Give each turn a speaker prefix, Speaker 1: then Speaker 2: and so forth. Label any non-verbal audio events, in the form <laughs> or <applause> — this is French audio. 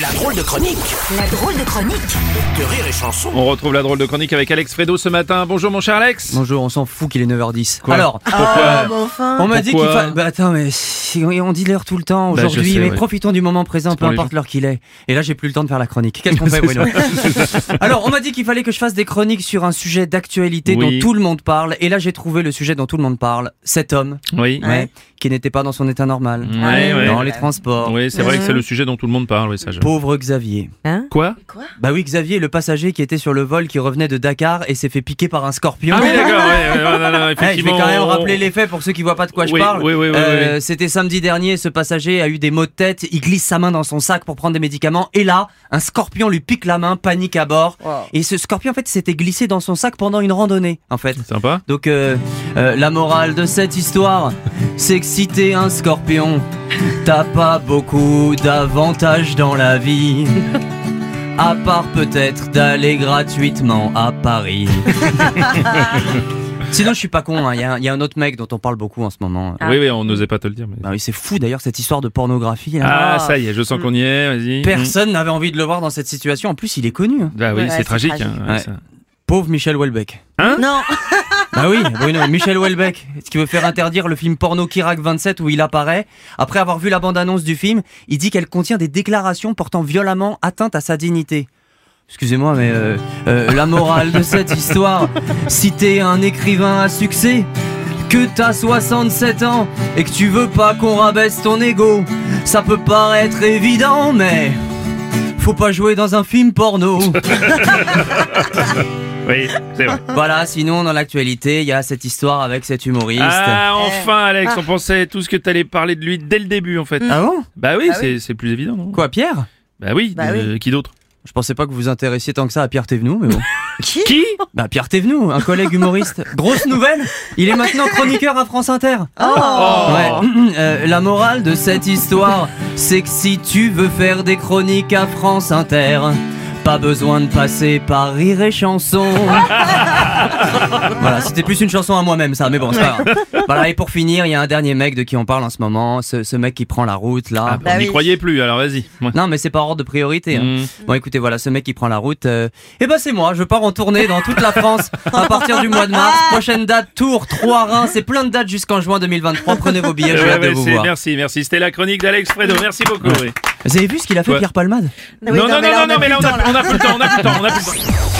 Speaker 1: La drôle de chronique
Speaker 2: La drôle de chronique
Speaker 1: de Rire et Chanson.
Speaker 3: On retrouve la drôle de chronique avec Alex Fredo ce matin. Bonjour mon cher Alex.
Speaker 4: Bonjour, on s'en fout qu'il est 9h10.
Speaker 3: Quoi Ah,
Speaker 4: Alors,
Speaker 3: Pourquoi
Speaker 4: on m'a dit qu'il
Speaker 3: Pourquoi
Speaker 4: fallait. Bah attends, mais si- on dit l'heure tout le temps
Speaker 3: Bah, je
Speaker 4: aujourd'hui,
Speaker 3: sais,
Speaker 4: mais
Speaker 3: ouais.
Speaker 4: profitons du moment présent, peu
Speaker 3: pour les
Speaker 4: importe l'heure qu'il est. Et là, j'ai plus le temps de faire la chronique.
Speaker 3: <laughs>
Speaker 4: Qu'est-ce qu'on fait,
Speaker 3: C'est
Speaker 4: Bruno <laughs>
Speaker 3: <laughs>
Speaker 4: Alors, on m'a dit qu'il fallait que je fasse des chroniques sur un sujet d'actualité
Speaker 3: Oui.
Speaker 4: dont tout le monde parle. Et là, j'ai trouvé le sujet dont tout le monde parle. Cet homme,
Speaker 3: Oui.
Speaker 4: ouais, qui n'était pas dans son état normal.
Speaker 3: Ouais, ouais.
Speaker 4: Dans les transports.
Speaker 3: Oui, c'est vrai que c'est le sujet dont tout le monde parle. Oui, ça. je-
Speaker 4: Pauvre Xavier.
Speaker 3: Quoi
Speaker 4: Bah oui, Xavier, le passager qui était sur le vol qui revenait de Dakar et s'est fait piquer par un scorpion.
Speaker 3: Ah oui, d'accord. ouais, ouais, ouais, non, non,
Speaker 4: Eh, je vais
Speaker 3: Euh, effectivement.
Speaker 4: quand même
Speaker 3: on-
Speaker 4: rappeler les faits pour ceux qui voient pas de quoi je
Speaker 3: Oui,
Speaker 4: parle.
Speaker 3: oui, oui, oui,
Speaker 4: Euh,
Speaker 3: oui.
Speaker 4: C'était samedi dernier, ce passager a eu des maux de tête, il glisse sa main dans son sac pour prendre des médicaments et là, un scorpion lui pique la main, panique à bord. Et ce scorpion en fait s'était glissé dans son sac pendant une randonnée en fait.
Speaker 3: Sympa.
Speaker 4: Donc euh, euh, la morale de cette histoire, c'est que si t'es un scorpion, t'as pas beaucoup d'avantages dans la vie. À part peut-être d'aller gratuitement à Paris. Sinon, je suis pas con, hein. il y, a un autre mec dont on parle beaucoup en ce moment.
Speaker 3: Oui, oui, on n'osait pas te le dire. mais-
Speaker 4: Bah oui, c'est fou d'ailleurs cette histoire de pornographie. là.
Speaker 3: Ah, ça y est, je sens qu'on y est. Vas-y. Mm.
Speaker 4: Personne n'avait envie de le voir dans cette situation, en plus il est connu. hein.
Speaker 3: Ah oui,
Speaker 5: Ouais,
Speaker 3: c'est
Speaker 5: c'est
Speaker 3: tragique.
Speaker 5: tragique.
Speaker 3: hein, ouais,
Speaker 4: Ouais.
Speaker 3: ça.
Speaker 4: Pauvre Michel Houellebecq.
Speaker 5: Non,
Speaker 4: Bah oui, Bruno, Michel Houellebecq, ce qui veut faire interdire le film porno Kirak 27 où il apparaît. Après avoir vu la bande-annonce du film, il dit qu'elle contient des déclarations portant violemment atteinte à sa dignité. Excusez-moi, mais euh, euh, la morale
Speaker 3: <laughs>
Speaker 4: de cette histoire, si t'es un écrivain à succès, que t'as 67 ans et que tu veux pas qu'on rabaisse ton ego, ça peut paraître évident, mais faut pas jouer dans un film porno.
Speaker 3: <laughs> Oui, c'est vrai.
Speaker 4: voilà, sinon dans l'actualité, il y a cette histoire avec cet humoriste.
Speaker 3: Ah, enfin, Alex, on pensait tout ce que t'allais parler de lui dès le début, en fait.
Speaker 4: Ah bon
Speaker 3: Bah oui, c'est- c'est plus évident, non
Speaker 4: Quoi, Pierre
Speaker 3: Bah oui,
Speaker 5: Bah oui.
Speaker 3: euh, qui d'autre
Speaker 4: Je pensais pas que vous vous intéressiez tant que ça à Pierre Thévenoud,
Speaker 3: <laughs>
Speaker 4: mais bon.
Speaker 5: qui
Speaker 3: Qui
Speaker 4: bah, Pierre Thévenoud, un collègue humoriste. Grosse nouvelle Il est maintenant chroniqueur à France Inter.
Speaker 5: Oh,
Speaker 4: Ouais. Euh, la morale de cette histoire, c'est que si tu veux faire des chroniques à France Inter, pas besoin de passer par rire
Speaker 3: <laughs>
Speaker 4: et chanson. voilà, c'était plus une chanson à moi-même, ça, mais bon, c'est pas grave. Voilà, et pour finir, il y a un dernier mec de qui on parle en ce moment, ce, ce mec qui prend la route, là.
Speaker 3: Ah, bah, On
Speaker 5: Bah
Speaker 3: n'y
Speaker 5: oui.
Speaker 3: croyait plus, alors vas-y. Ouais.
Speaker 4: Non, mais c'est par ordre de priorité. hein.
Speaker 3: Mm.
Speaker 4: Bon écoutez voilà ce mec qui prend la route euh, Eh ben c'est moi je pars en tournée dans toute la France à partir du mois de mars Prochaine date Tours, Trois Reims C'est plein de dates jusqu'en juin 2023 Prenez vos billets
Speaker 3: Ouais,
Speaker 4: j'ai hâte de
Speaker 3: ouais,
Speaker 4: vous
Speaker 3: c'est-
Speaker 4: voir
Speaker 3: merci, merci. C'était la chronique d'Alex Fredo. Merci beaucoup. oui.
Speaker 4: Vous avez vu ce qu'il a fait
Speaker 3: Ouais.
Speaker 4: Pierre Palmade
Speaker 5: Oui,
Speaker 3: non, non, non,
Speaker 5: mais là,
Speaker 3: non, mais là, on
Speaker 5: plus le temps,
Speaker 3: a on a plus le temps, on a plus le temps, on a plus le temps.